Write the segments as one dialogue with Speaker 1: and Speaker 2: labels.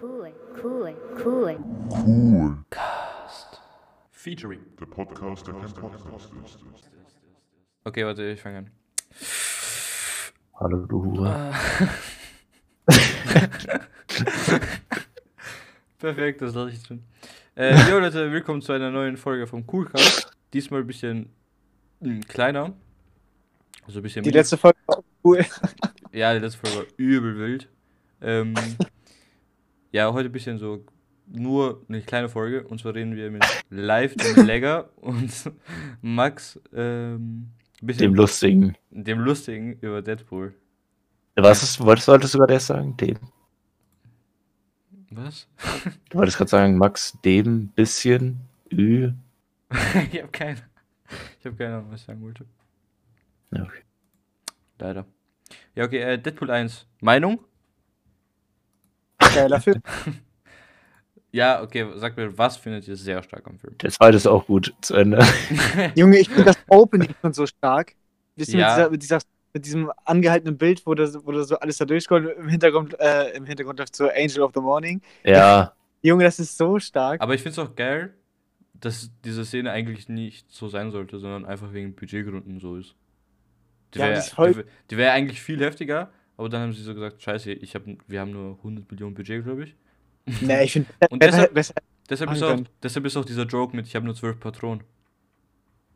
Speaker 1: Cool, cool, cool.
Speaker 2: Featuring.
Speaker 3: Der Podcast, der kein Podcast ist.
Speaker 2: Okay, warte, ich fange an. Ah.
Speaker 4: Hallo, du Hure.
Speaker 2: Perfekt, das lasse ich tun. Äh, jo Leute, willkommen zu einer neuen Folge vom Coolcast. Diesmal ein bisschen hm, kleiner. Also ein bisschen
Speaker 5: Die
Speaker 2: mittel-
Speaker 5: letzte Folge war auch cool.
Speaker 2: Ja, die letzte Folge war übel wild. Ähm, ja, heute ein bisschen so nur eine kleine Folge. Und zwar reden wir mit Live, dem Legger und Max, ähm, ein bisschen
Speaker 4: Dem Lustigen.
Speaker 2: dem Lustigen über Deadpool.
Speaker 4: Was ist, wolltest, solltest du gerade erst sagen? Dem.
Speaker 2: Was?
Speaker 4: Du wolltest gerade sagen, Max, dem, bisschen, ü.
Speaker 2: ich habe keine, ich hab keine Ahnung, was ich sagen wollte.
Speaker 4: Ja, okay.
Speaker 2: Leider. Ja, okay, äh, Deadpool 1. Meinung?
Speaker 5: Geiler Film.
Speaker 2: Ja, okay, sag mir, was findet ihr sehr stark am Film?
Speaker 4: Der zweite ist auch gut zu Ende.
Speaker 5: Junge, ich finde das Opening schon so stark. Wisst ihr,
Speaker 2: Ja.
Speaker 5: mit, dieser, mit, dieser, mit diesem angehaltenen Bild, wo das, wo das so alles da durchscrollt, im Hintergrund, äh, im Hintergrund läuft so Angel of the Morning.
Speaker 4: Ja,
Speaker 5: Junge, das ist so stark.
Speaker 2: Aber ich find's auch geil, dass diese Szene eigentlich nicht so sein sollte, sondern einfach wegen Budgetgründen so ist. Die
Speaker 5: Ja,
Speaker 2: wäre
Speaker 5: das ist voll-
Speaker 2: die wär- die wär eigentlich viel heftiger, aber dann haben sie so gesagt, scheiße, ich hab, wir haben nur 100 Millionen Budget, glaube ich.
Speaker 5: nee, ich finde
Speaker 2: Und
Speaker 5: besser,
Speaker 2: deshalb-
Speaker 5: besser.
Speaker 2: Deshalb ist, auch,
Speaker 5: Angegangen.
Speaker 2: deshalb ist auch dieser Joke mit, ich habe nur 12 Patronen.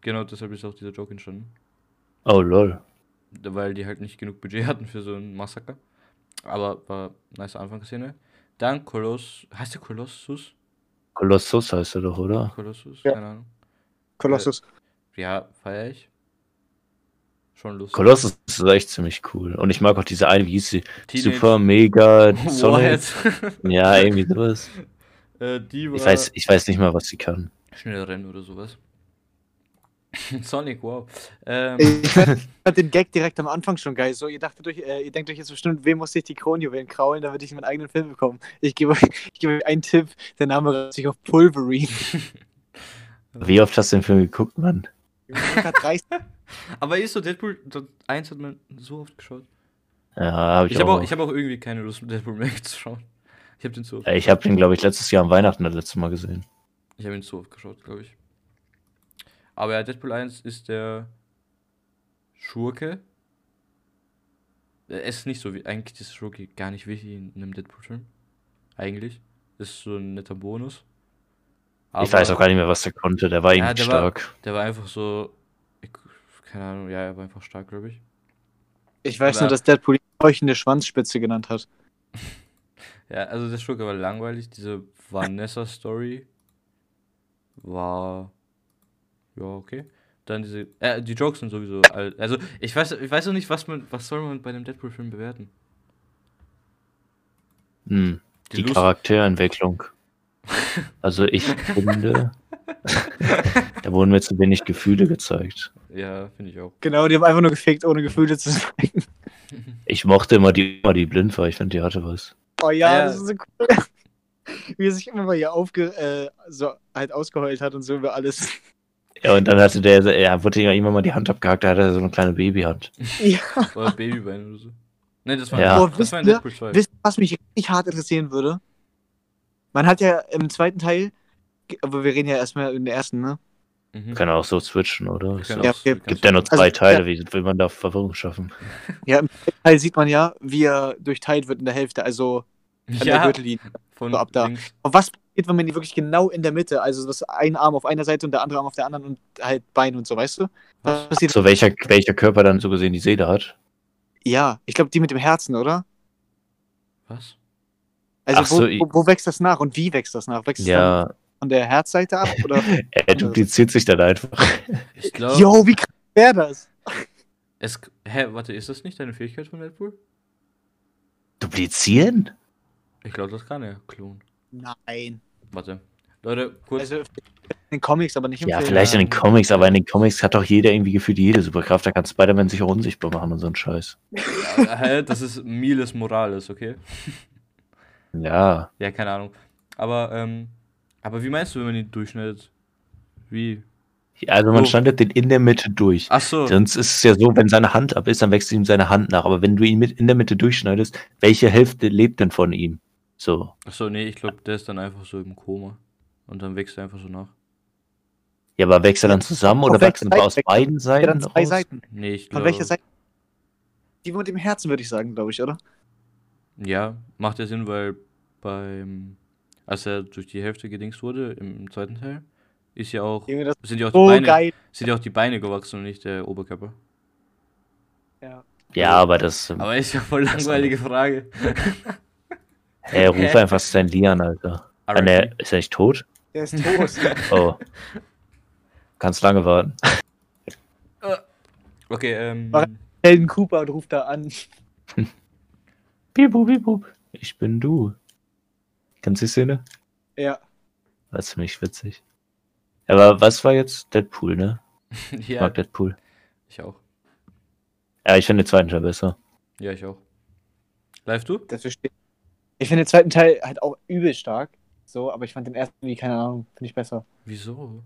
Speaker 2: Genau, deshalb ist auch dieser Joke entstanden.
Speaker 4: oh lol.
Speaker 2: weil die halt nicht genug Budget hatten für so ein Massaker. Aber war eine nice Anfangsszene. Dann Koloss. Heißt der Kolossus?
Speaker 4: Kolossus heißt er doch, oder?
Speaker 2: Kolossus?
Speaker 5: Ja.
Speaker 2: Keine Ahnung.
Speaker 5: Kolossus.
Speaker 2: Ja, feier ich. Schon lustig.
Speaker 4: Kolossus ist echt ziemlich cool. Und ich mag auch diese eine, wie hieß sie?
Speaker 2: Teenage
Speaker 4: Super, mega, Sonic.
Speaker 2: Warhead.
Speaker 4: Ja, irgendwie sowas.
Speaker 2: äh, die war
Speaker 4: Ich weiß, ich weiß nicht mal, was sie kann.
Speaker 2: schnell rennen oder sowas. Sonic, wow. Ähm,
Speaker 5: Ich fand den Gag direkt am Anfang schon geil. So, ihr dachtet euch, äh, ihr denkt euch jetzt bestimmt, wem muss ich die Kronjuwelen kraulen, damit ich meinen eigenen Film bekomme. Ich gebe euch, ich gebe euch einen Tipp, der Name reimt sich auf Pulverine.
Speaker 4: Wie oft hast du den Film geguckt, Mann?
Speaker 5: Junge, Luca hat 30
Speaker 2: aber ist so Deadpool 1 hat man so oft geschaut.
Speaker 4: Ja, habe ich,
Speaker 2: Ich habe
Speaker 4: auch.
Speaker 2: auch, ich hab auch irgendwie keine Lust, Deadpool mehr zu schauen. Ich habe den zu oft,
Speaker 4: ich habe den, glaube ich, letztes Jahr am Weihnachten das letzte Mal gesehen.
Speaker 2: ich hab ihn zu oft geschaut, glaube ich. Aber ja, Deadpool 1 ist der Schurke. Er ist nicht so wie. Eigentlich ist Schurke gar nicht wichtig in einem Deadpool-Film. Eigentlich. Ist so ein netter Bonus.
Speaker 4: ich weiß auch gar nicht mehr, was der konnte. Der war irgendwie
Speaker 2: Ja, der war-
Speaker 4: stark.
Speaker 2: Der war einfach so. Ich, keine Ahnung, ja, er war einfach stark, glaube ich.
Speaker 5: Ich weiß
Speaker 2: Aber-
Speaker 5: nur, dass Deadpool die keuchende Schwanzspitze genannt hat.
Speaker 2: Ja, also der Schurke war langweilig. Diese Vanessa-Story war. Ja, okay. Dann diese. Äh, die Jokes sind sowieso. all- Also, ich weiß, ich weiß auch nicht, was man. Was soll man bei einem Deadpool-Film bewerten?
Speaker 4: Hm, die
Speaker 2: Lust-
Speaker 4: Charakterentwicklung. Also ich finde, da wurden mir zu wenig Gefühle gezeigt.
Speaker 2: Ja, finde ich auch.
Speaker 5: Genau, die haben einfach nur gefickt, ohne Gefühle zu zeigen.
Speaker 4: Ich mochte immer die, immer die blind war. Ich finde, die hatte was.
Speaker 5: Oh ja,
Speaker 2: Ja.
Speaker 5: das ist so cool. Wie er sich immer mal hier aufge äh, so halt ausgeheult hat und so über alles.
Speaker 4: Ja, und dann hatte der, er wurde ja immer mal die Hand abgehackt, da hatte er so eine kleine Babyhand.
Speaker 5: Ja.
Speaker 2: Oder Babybein oder so. Ne, das war,
Speaker 4: Ja.
Speaker 5: Oh,
Speaker 2: das
Speaker 5: wisst
Speaker 2: war in
Speaker 5: ihr-
Speaker 2: Deadpool 2.
Speaker 5: Wisst ihr, was mich richtig hart interessieren würde? Man hat ja im zweiten Teil, aber wir reden ja erstmal in den ersten, ne?
Speaker 2: Mhm.
Speaker 4: Kann er auch so switchen, oder?
Speaker 2: Wir
Speaker 4: Es
Speaker 2: können
Speaker 5: Ja,
Speaker 2: auch-
Speaker 5: okay.
Speaker 2: wir können
Speaker 4: gibt ja
Speaker 2: auch-
Speaker 4: nur zwei
Speaker 5: Also,
Speaker 4: Teile. Wie will man da Verwirrung schaffen?
Speaker 5: Ja, im zweiten Teil sieht man ja, wie er durchteilt wird in der Hälfte, also an der
Speaker 2: Ja,
Speaker 5: Gürtellinie.
Speaker 2: von
Speaker 5: so ab da.
Speaker 2: links.
Speaker 5: Und was passiert, wenn man ihn wirklich genau in der Mitte, also das ein Arm auf einer Seite und der andere Arm auf der anderen und halt Bein und so, weißt du? Was passiert?
Speaker 4: So, welcher, welcher Körper dann so gesehen die Seele hat?
Speaker 5: Ja, ich glaube, die mit dem Herzen, oder?
Speaker 2: Was?
Speaker 5: Also
Speaker 4: Ach so,
Speaker 5: wo,
Speaker 4: i-
Speaker 5: wo, wo wächst das nach und wie wächst das nach? Wächst es
Speaker 4: Ja,
Speaker 5: dann von der Herzseite ab? Oder?
Speaker 4: er dupliziert sich dann einfach.
Speaker 5: Äh,
Speaker 2: Ich glaube.
Speaker 5: Yo, wie krass wäre das?
Speaker 2: Es, hä, warte, ist das nicht deine Fähigkeit von Deadpool?
Speaker 4: Duplizieren?
Speaker 2: Ich glaube, das kann er klonen.
Speaker 5: Nein.
Speaker 2: Warte. Leute, kurz.
Speaker 5: Also in den Comics, aber nicht im
Speaker 4: Ja,
Speaker 5: Film.
Speaker 4: vielleicht in den
Speaker 2: ähm,
Speaker 4: Comics, aber in den Comics hat doch jeder irgendwie gefühlt jede Superkraft. Da kann Spider-Man sich auch unsichtbar machen und so ein Scheiß.
Speaker 2: hä, das ist Miles Morales, okay?
Speaker 4: Ja,
Speaker 2: Ja, keine Ahnung. Aber, ähm, aber wie meinst du, wenn man ihn durchschneidet? Wie?
Speaker 4: also man
Speaker 2: So.
Speaker 4: schneidet den in der Mitte durch.
Speaker 2: Ach so.
Speaker 4: Sonst ist es ja so, wenn seine Hand ab ist, dann wächst ihm seine Hand nach. Aber wenn du ihn mit in der Mitte durchschneidest, welche Hälfte lebt denn von ihm? So.
Speaker 2: Achso, nee, ich glaube, der ist dann einfach so im Koma. Und dann wächst er einfach so nach.
Speaker 4: Ja, aber wächst er dann zusammen oder
Speaker 5: Auf welcher
Speaker 4: wachsen
Speaker 5: Seite
Speaker 4: aus
Speaker 5: wächst er?
Speaker 4: beiden Seiten?
Speaker 5: Ja, dann zwei
Speaker 4: raus?
Speaker 5: Seiten.
Speaker 2: Nee, ich
Speaker 5: Von
Speaker 2: glaube.
Speaker 5: welcher Seite? Die mit dem Herzen, würde ich sagen, glaube ich, oder?
Speaker 2: Ja, macht ja Sinn, weil beim. Als er durch die Hälfte gedingst wurde, im zweiten Teil, ist ja auch.
Speaker 5: Junge, das ist
Speaker 2: Sind ja auch die
Speaker 5: so
Speaker 2: Beine.
Speaker 5: Oh, geil.
Speaker 2: Sind ja auch die Beine gewachsen und nicht der Oberkörper.
Speaker 5: Ja.
Speaker 4: Ja, aber das. ähm,
Speaker 2: Aber ist ja voll langweilige Frage.
Speaker 4: Hey, ruf äh, einfach Stan Lee an, Alter. Ah, nee, ist er nicht tot?
Speaker 5: Der ist tot.
Speaker 4: Oh. Kannst lange warten.
Speaker 2: Okay, ähm.
Speaker 5: Mach- Helden Cooper und ruft da an.
Speaker 4: Bibu, bibu. Ich bin du. Kennst du die Szene?
Speaker 5: Ja.
Speaker 4: War ziemlich witzig. Aber was war jetzt Deadpool, ne? Ich
Speaker 2: Ja,
Speaker 4: mag Deadpool.
Speaker 2: ich auch.
Speaker 4: Ja, ich finde den zweiten schon besser.
Speaker 2: Ja, ich auch. Live du?
Speaker 5: Das verstehe ich. Ich finde den zweiten Teil halt auch übel stark. So, aber ich fand den ersten irgendwie, keine Ahnung, finde ich besser.
Speaker 2: Wieso?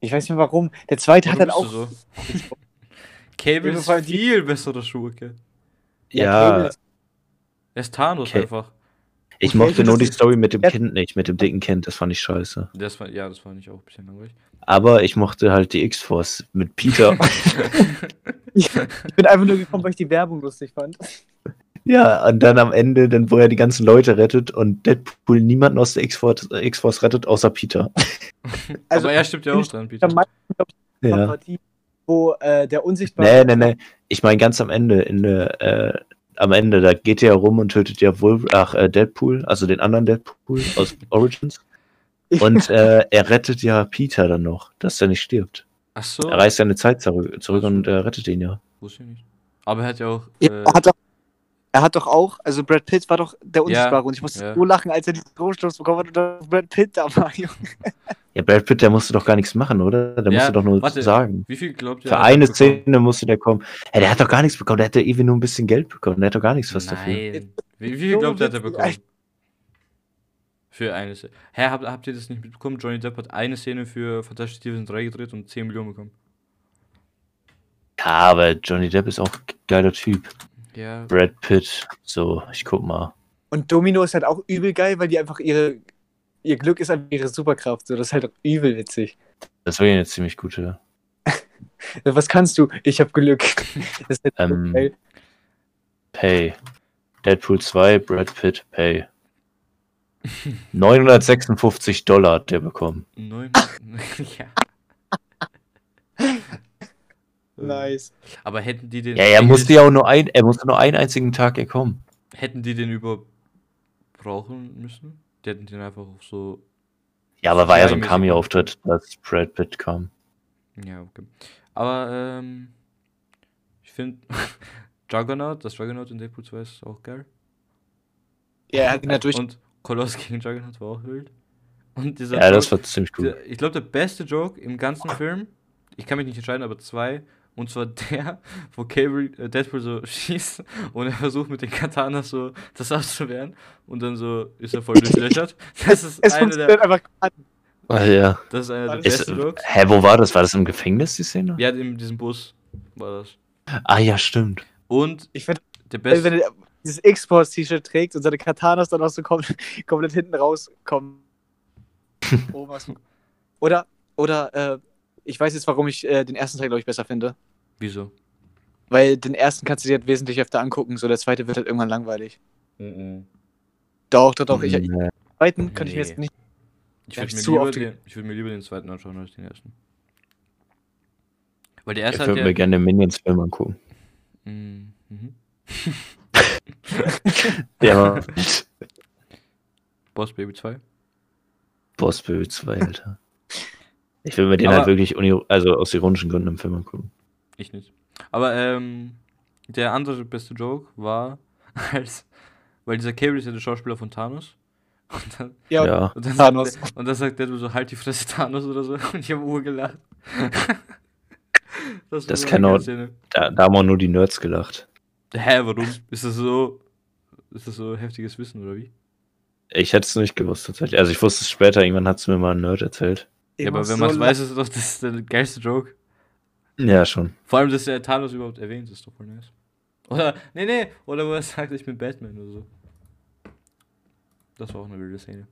Speaker 5: Ich weiß nicht warum. Der zweite hat
Speaker 2: Warum
Speaker 5: halt
Speaker 2: bist
Speaker 5: auch.
Speaker 2: du so? Cable
Speaker 5: Junge,
Speaker 2: ist
Speaker 5: vor allem die-
Speaker 2: viel besserer Schurke.
Speaker 4: Ja,
Speaker 5: Cable ist-
Speaker 2: Er ist Thanos
Speaker 4: Okay.
Speaker 2: einfach.
Speaker 4: Ich
Speaker 5: Okay,
Speaker 4: mochte
Speaker 5: gut,
Speaker 4: nur
Speaker 5: das
Speaker 4: die
Speaker 5: ist-
Speaker 4: Story mit dem
Speaker 5: Ja.
Speaker 4: Kind nicht, mit dem dicken Kind, das fand ich scheiße.
Speaker 2: Das war, ja, das war nicht auch ein bisschen langweilig.
Speaker 4: Aber ich mochte halt die X-Force mit Peter.
Speaker 5: Ich bin einfach nur gekommen, weil ich die Werbung lustig fand.
Speaker 4: ja, und dann am Ende, dann wo er die ganzen Leute rettet und Deadpool niemanden aus der X-Force X-Force rettet, außer Peter.
Speaker 5: Also,
Speaker 2: Aber er stimmt ja auch dran, Peter.
Speaker 5: am meisten
Speaker 4: Ja.
Speaker 5: war die, wo äh, der unsichtbare.
Speaker 4: Nee, nee, nee. Ich meine ganz am Ende, in der, äh, am Ende, da geht er rum und tötet ja Wolver ach, äh, Deadpool, also den anderen Deadpool aus Origins. Und äh, er rettet ja Peter dann noch, dass er nicht stirbt.
Speaker 2: Ach so,
Speaker 4: Er reist ja eine Zeit zurück, zurück und äh, rettet ihn ja.
Speaker 2: wusste ich nicht. Aber er hat ja auch.
Speaker 5: Ja,
Speaker 2: äh,
Speaker 5: er, hat doch, er hat doch auch, also Brad Pitt war doch der Unsichtbare und ich musste
Speaker 2: ja.
Speaker 5: so lachen, als er diesen Großstoß bekommen hat und dann Brad Pitt da war. Junge.
Speaker 4: Ja, Brad Pitt, der musste doch gar nichts machen, oder? Der
Speaker 2: Ja,
Speaker 4: musste doch nur
Speaker 2: warte.
Speaker 4: sagen.
Speaker 2: wie viel glaubt ihr?
Speaker 4: Für
Speaker 2: hat er
Speaker 4: eine
Speaker 2: bekommen?
Speaker 4: Szene musste der kommen. Hä, der hat doch gar nichts bekommen. Der hätte irgendwie nur ein bisschen Geld bekommen. Der hat doch gar nichts was dafür.
Speaker 2: Nein. Wie, wie viel glaubt ihr, hat er
Speaker 5: Witzig,
Speaker 2: bekommen? Für eine Szene. Hä, habt, habt ihr das nicht mitbekommen? Johnny Depp hat eine Szene für Fantastic Steven 3 gedreht und 10 Millionen bekommen.
Speaker 4: Ja, aber Johnny Depp ist auch ein geiler Typ.
Speaker 2: Ja.
Speaker 4: Brad Pitt. So, ich guck mal.
Speaker 5: Und Domino ist halt auch übel geil, weil die einfach ihre. Ihr Glück ist einfach ihre Superkraft. So, das ist halt übel witzig.
Speaker 4: Das war ja eine ziemlich gute.
Speaker 5: Was kannst du? Ich hab Glück. Das ist halt so
Speaker 4: Ähm,
Speaker 5: geil.
Speaker 4: Pay. Deadpool 2, Brad Pitt, Pay. 956 Dollar hat der bekommen.
Speaker 2: Neun. ja.
Speaker 5: Nice.
Speaker 2: Aber hätten die den.
Speaker 4: Ja, er musste
Speaker 2: Englisch-
Speaker 4: ja auch nur ein, er musste nur einen einzigen Tag erkommen.
Speaker 2: Hätten die den überbrauchen müssen? Die hätten den einfach auch so.
Speaker 4: Ja, aber war ja so ein
Speaker 2: Regelmäßig.
Speaker 4: Cameo-Auftritt, dass Brad Pitt kam.
Speaker 2: Ja, okay. Aber, ähm. Ich finde. Juggernaut, das Juggernaut in Deadpool 2 ist auch geil.
Speaker 5: Ja, er hat ihn natürlich.
Speaker 2: Und Koloss gegen Juggernaut war auch wild. Und dieser.
Speaker 4: Ja, das
Speaker 2: Joke-
Speaker 4: war ziemlich gut.
Speaker 2: der, ich glaube, der beste Joke im ganzen Film, ich kann mich nicht entscheiden, aber zwei. Und zwar der, wo Cable äh, Deadpool so schießt und er versucht mit den Katanas so das abzuwehren und dann so ist er voll durchlöchert. Das ist
Speaker 5: Es
Speaker 2: einer der,
Speaker 5: funktioniert einfach.
Speaker 4: Ah, ja.
Speaker 2: das ist einer der
Speaker 4: Ist,
Speaker 2: besten Jokes.
Speaker 4: hä, wo war das? War das im Gefängnis, die Szene?
Speaker 2: Ja, in diesem Bus war das.
Speaker 4: Ah, ja, stimmt.
Speaker 2: Und
Speaker 5: Ich finde,
Speaker 2: der
Speaker 5: Also wenn
Speaker 2: beste.
Speaker 5: er dieses X-Force-T-Shirt trägt und seine Katanas dann auch so kom komplett hinten rauskommen. Oh, was- oder, oder, äh, ich weiß jetzt, warum ich äh, den ersten Teil, glaube ich, besser finde.
Speaker 2: Wieso?
Speaker 5: Weil den ersten kannst du dir halt wesentlich öfter angucken, so der zweite wird halt irgendwann langweilig. Doch, doch, doch. Ich, den
Speaker 4: Nee.
Speaker 5: zweiten könnte ich
Speaker 2: Mhm.
Speaker 5: mir
Speaker 2: Nee.
Speaker 5: jetzt nicht.
Speaker 2: Ich
Speaker 5: Ja,
Speaker 2: würde
Speaker 5: ist
Speaker 2: mir,
Speaker 5: zu
Speaker 2: lieber
Speaker 5: oft ge-
Speaker 2: den- ich würd mir lieber den zweiten anschauen als den ersten. Weil der
Speaker 4: ich
Speaker 2: erste hat
Speaker 4: würde
Speaker 2: ja.
Speaker 4: mir gerne den Minions-Film angucken.
Speaker 2: Mm, mhm.
Speaker 4: Ja.
Speaker 2: Boss Baby 2.
Speaker 4: Boss Baby 2, Alter. Ich will mir den
Speaker 2: Aber-
Speaker 4: halt wirklich uni- also aus ironischen Gründen im Film angucken.
Speaker 2: Ich nicht. Aber ähm, der andere beste Joke war, als, weil dieser Cable ist ja der Schauspieler von Thanos. Und dann,
Speaker 5: Ja,
Speaker 4: Ja.
Speaker 5: ja.
Speaker 2: und dann
Speaker 5: Thanos.
Speaker 2: Sagt der, und dann sagt der so, halt die Fresse Thanos oder so. Und ich habe urgelacht. Das,
Speaker 4: Das
Speaker 2: war
Speaker 4: kann
Speaker 2: eine
Speaker 4: auch-
Speaker 2: Szene.
Speaker 4: Da, da haben auch nur die Nerds gelacht.
Speaker 2: Hä, warum? Ist das so. Ist das so heftiges Wissen oder wie?
Speaker 4: Ich hätte es nicht gewusst, tatsächlich. Also, ich wusste es später. Irgendwann hat es mir mal ein Nerd erzählt.
Speaker 2: ja, aber wenn man es weiß, ist doch das ist der geilste Joke.
Speaker 4: Ja, schon.
Speaker 2: Vor allem, dass der Thanos überhaupt erwähnt, ist doch voll nice. Oder, nee, nee, oder wo er sagt, ich bin Batman oder so. Das war auch eine wilde Szene.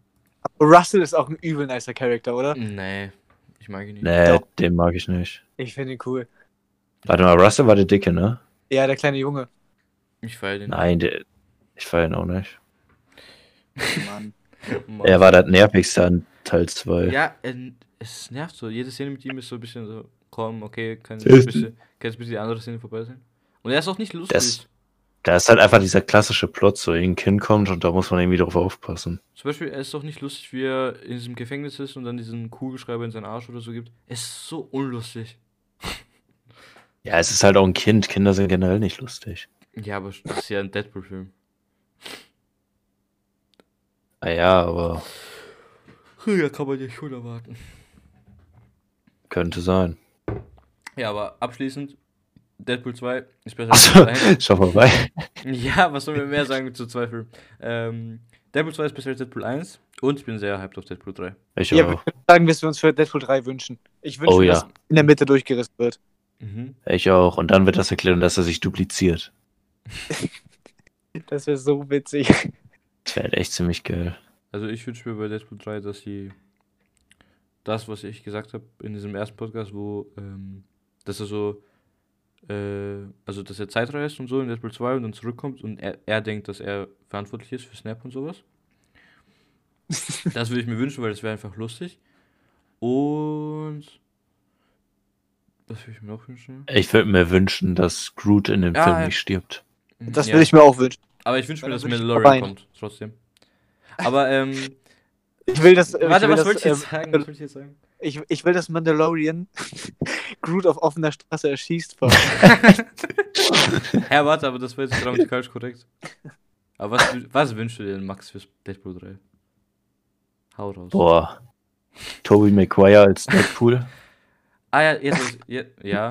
Speaker 5: Russell ist auch ein übel nicer Charakter, oder?
Speaker 2: Mhm. Nee, ich mag ihn nicht.
Speaker 4: Nee,
Speaker 5: Doch.
Speaker 4: den mag ich nicht.
Speaker 5: Ich finde ihn cool.
Speaker 4: Warte mal, Russell war der Dicke, ne?
Speaker 5: Ja, der kleine Junge.
Speaker 2: Ich feier den.
Speaker 4: Nein, der, ich feier ihn auch nicht.
Speaker 5: Mann.
Speaker 2: Mann.
Speaker 4: Er war das nervigste an Teil 2.
Speaker 2: Ja, äh, es nervt so. Jede Szene mit ihm ist so ein bisschen so, komm, okay, kann jetzt
Speaker 4: Ist-
Speaker 2: ein bisschen, kann jetzt ein bisschen die andere Szene vorbei sein. Und er ist auch nicht lustig.
Speaker 4: Das- Da ist halt einfach dieser klassische Plot, so irgendein Kind kommt und da muss man irgendwie drauf aufpassen.
Speaker 2: Zum Beispiel, er ist doch nicht lustig, wie er in diesem Gefängnis ist und dann diesen Kugelschreiber in seinen Arsch oder so gibt. Es ist so unlustig.
Speaker 4: Ja, es ist halt auch ein Kind. Kinder sind generell nicht lustig.
Speaker 2: Ja, aber das ist ja ein Deadpool-Film.
Speaker 4: Ah ja, aber
Speaker 2: Ja, kann man ja schon erwarten.
Speaker 4: könnte sein.
Speaker 2: Ja, aber abschließend, Deadpool 2 ist besser
Speaker 4: Achso,
Speaker 2: als Deadpool
Speaker 4: schon vorbei.
Speaker 2: 1. Ja, was soll man mehr sagen zu zwei Filmen? Ähm, Deadpool 2 ist besser als Deadpool 1 und ich bin sehr hyped auf Deadpool 3.
Speaker 4: Ich
Speaker 5: Ja, wir
Speaker 4: auch.
Speaker 5: können sagen, was wir uns für Deadpool 3 wünschen. Ich wünsche,
Speaker 4: Oh
Speaker 5: mir,
Speaker 4: ja.
Speaker 5: dass in der Mitte durchgerissen wird.
Speaker 2: Mhm.
Speaker 4: Ich auch. Und dann wird das erklärt, dass er sich dupliziert.
Speaker 5: Das wäre so witzig.
Speaker 4: Das wäre halt echt ziemlich geil.
Speaker 2: Also ich wünsche mir bei Deadpool 3, dass sie das, was ich gesagt habe in diesem ersten Podcast, wo, ähm, dass er so, äh, also dass er Zeit reist und so in Deadpool 2 und dann zurückkommt und er, er denkt, dass er verantwortlich ist für Snap und sowas. Das würde ich mir wünschen, weil das wäre einfach lustig. Und was würde ich mir noch wünschen?
Speaker 4: Ich würde mir wünschen, dass Groot in dem
Speaker 2: Ja,
Speaker 4: Film
Speaker 2: ja.
Speaker 4: nicht stirbt.
Speaker 5: Das
Speaker 2: Mm, Ja.
Speaker 5: würde ich mir auch wünschen.
Speaker 2: Aber ich wünsche mir,
Speaker 5: Weil
Speaker 2: dass
Speaker 5: dann würd ich
Speaker 2: Mandalorian
Speaker 5: weinen.
Speaker 2: kommt, trotzdem. Aber, ähm,
Speaker 5: Ich will das. äh,
Speaker 2: warte,
Speaker 5: ich will
Speaker 2: was
Speaker 5: das,
Speaker 2: wollte ich jetzt
Speaker 5: ähm,
Speaker 2: sagen? Was wollte ich jetzt sagen?
Speaker 5: Ich, ich will, dass Mandalorian Groot auf offener Straße erschießt. Vor.
Speaker 2: Herr, warte, aber das war jetzt grammatikalisch korrekt. Aber was, wü- was wünschst du dir denn, Max, fürs Deadpool 3? Hau raus.
Speaker 4: Boah. Tobey Maguire als Deadpool.
Speaker 2: Ah ja, jetzt, weiß- je, ja, ja.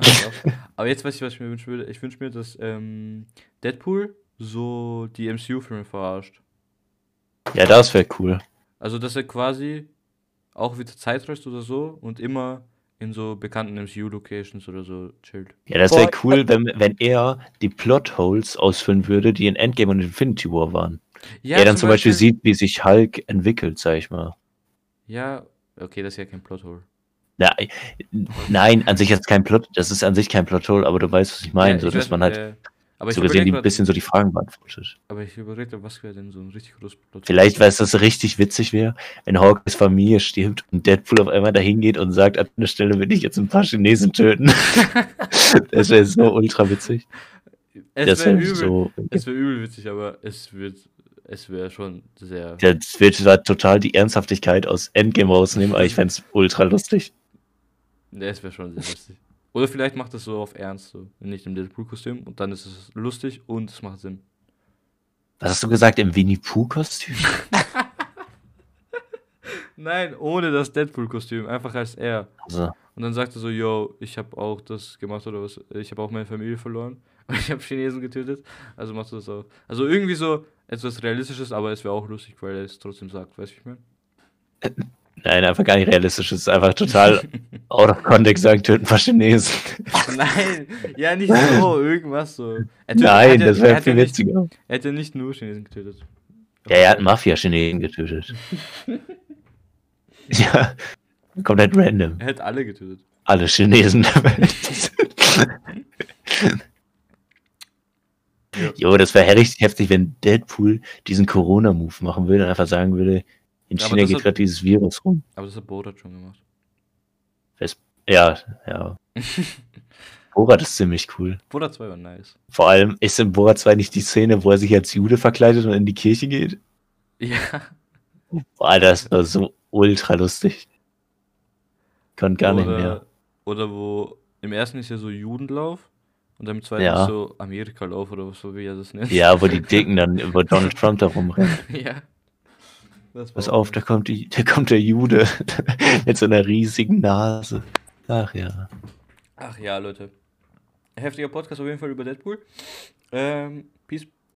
Speaker 2: Aber jetzt weiß ich, was ich mir wünschen würde. Ich wünsche mir, dass ähm, Deadpool so die MCU-Filme verarscht.
Speaker 4: ja, das wäre cool.
Speaker 2: Also, dass er quasi auch wieder Zeit reist oder so und immer in so bekannten MCU-Locations oder so chillt.
Speaker 4: Ja, das wäre
Speaker 5: Boah,
Speaker 4: cool, wenn, wenn er die Plotholes ausfüllen würde, die in Endgame und Infinity War waren. er dann zum Beispiel, sieht, wie sich Hulk entwickelt, sag ich mal.
Speaker 2: Ja, okay, das ist ja kein Plothole.
Speaker 4: Na, äh, nein, an sich jetzt kein Plot, das ist an sich kein Plothole, aber du weißt, was ich meine,
Speaker 2: ja,
Speaker 4: so
Speaker 2: ich
Speaker 4: dass
Speaker 2: weiß,
Speaker 4: man halt
Speaker 2: äh, aber ich
Speaker 4: so gesehen die
Speaker 2: überleg
Speaker 4: ein
Speaker 2: grad-
Speaker 4: bisschen so die Fragen beantwortet.
Speaker 2: Aber ich überlege, was wäre denn so ein richtig großes Plot.
Speaker 4: Vielleicht, weil es das richtig witzig wäre, wenn Hawkins Familie stirbt und Deadpool auf einmal dahin geht und sagt, an der Stelle will ich jetzt ein paar Chinesen töten. das wäre so ultra witzig.
Speaker 2: es
Speaker 4: das
Speaker 2: wäre
Speaker 4: wäre
Speaker 2: übel.
Speaker 4: so.
Speaker 2: Es wäre übel witzig, aber es wird. Es wäre schon sehr.
Speaker 4: Das wird zwar total die Ernsthaftigkeit aus Endgame rausnehmen, aber ich fände es ultra lustig.
Speaker 2: Ne, Es wäre schon sehr lustig. Oder vielleicht macht das so auf Ernst, so. Nicht im Deadpool-Kostüm und dann ist es lustig und es macht Sinn.
Speaker 4: Was hast du gesagt, im Winnie-Pooh-Kostüm?
Speaker 2: Nein, ohne das Deadpool-Kostüm, einfach als er.
Speaker 4: Also,
Speaker 2: Und dann sagt er so, yo, ich habe auch das gemacht oder was, ich habe auch meine Familie verloren und ich habe Chinesen getötet, also machst du das auch. Also irgendwie so etwas Realistisches, aber es wäre auch lustig, weil er es trotzdem sagt, weißt du, wie ich meine?
Speaker 4: nein, einfach gar nicht realistisch. Es ist einfach total out of context sagen, töten ein paar Chinesen.
Speaker 2: Nein, ja nicht so, irgendwas so. Er tötet- er hat
Speaker 4: Nein,
Speaker 2: ja-
Speaker 4: das
Speaker 2: er
Speaker 4: wäre
Speaker 2: hat ja
Speaker 4: viel
Speaker 2: nicht-
Speaker 4: witziger.
Speaker 2: Er hat ja nicht nur Chinesen getötet.
Speaker 4: Ja, er hat einen Mafia-Chinesen getötet. ja, komplett random.
Speaker 2: Er hat alle getötet.
Speaker 4: Alle Chinesen der Welt. jo, das wäre richtig heftig, wenn Deadpool diesen Corona-Move machen würde und einfach sagen würde, in
Speaker 2: Ja, aber
Speaker 4: China
Speaker 2: das
Speaker 4: geht
Speaker 2: hat-
Speaker 4: gerade dieses Virus rum.
Speaker 2: Aber das hat Borat schon gemacht.
Speaker 4: Ja, ja. Borat ist ziemlich cool.
Speaker 2: Borat 2 war nice.
Speaker 4: Vor allem ist in Borat 2 nicht die Szene, wo er sich als Jude verkleidet und in die Kirche geht.
Speaker 2: Ja.
Speaker 4: Boah, das war so ultra lustig. Konnte gar nicht
Speaker 2: oder,
Speaker 4: mehr.
Speaker 2: Oder wo im ersten ist ja so Judenlauf und im zweiten
Speaker 4: Ja.
Speaker 2: ist so Amerikalauf oder was so wie er das nennt.
Speaker 4: Ja, wo die Dicken dann über Donald Trump da rumrennen.
Speaker 2: ja. Das war
Speaker 4: Pass
Speaker 2: auch
Speaker 4: auf,
Speaker 2: nice.
Speaker 4: da kommt, die, da kommt der Jude mit so einer riesigen Nase. Ach ja.
Speaker 2: Ach ja, Leute. Heftiger Podcast auf jeden Fall über Deadpool. Ähm, peace,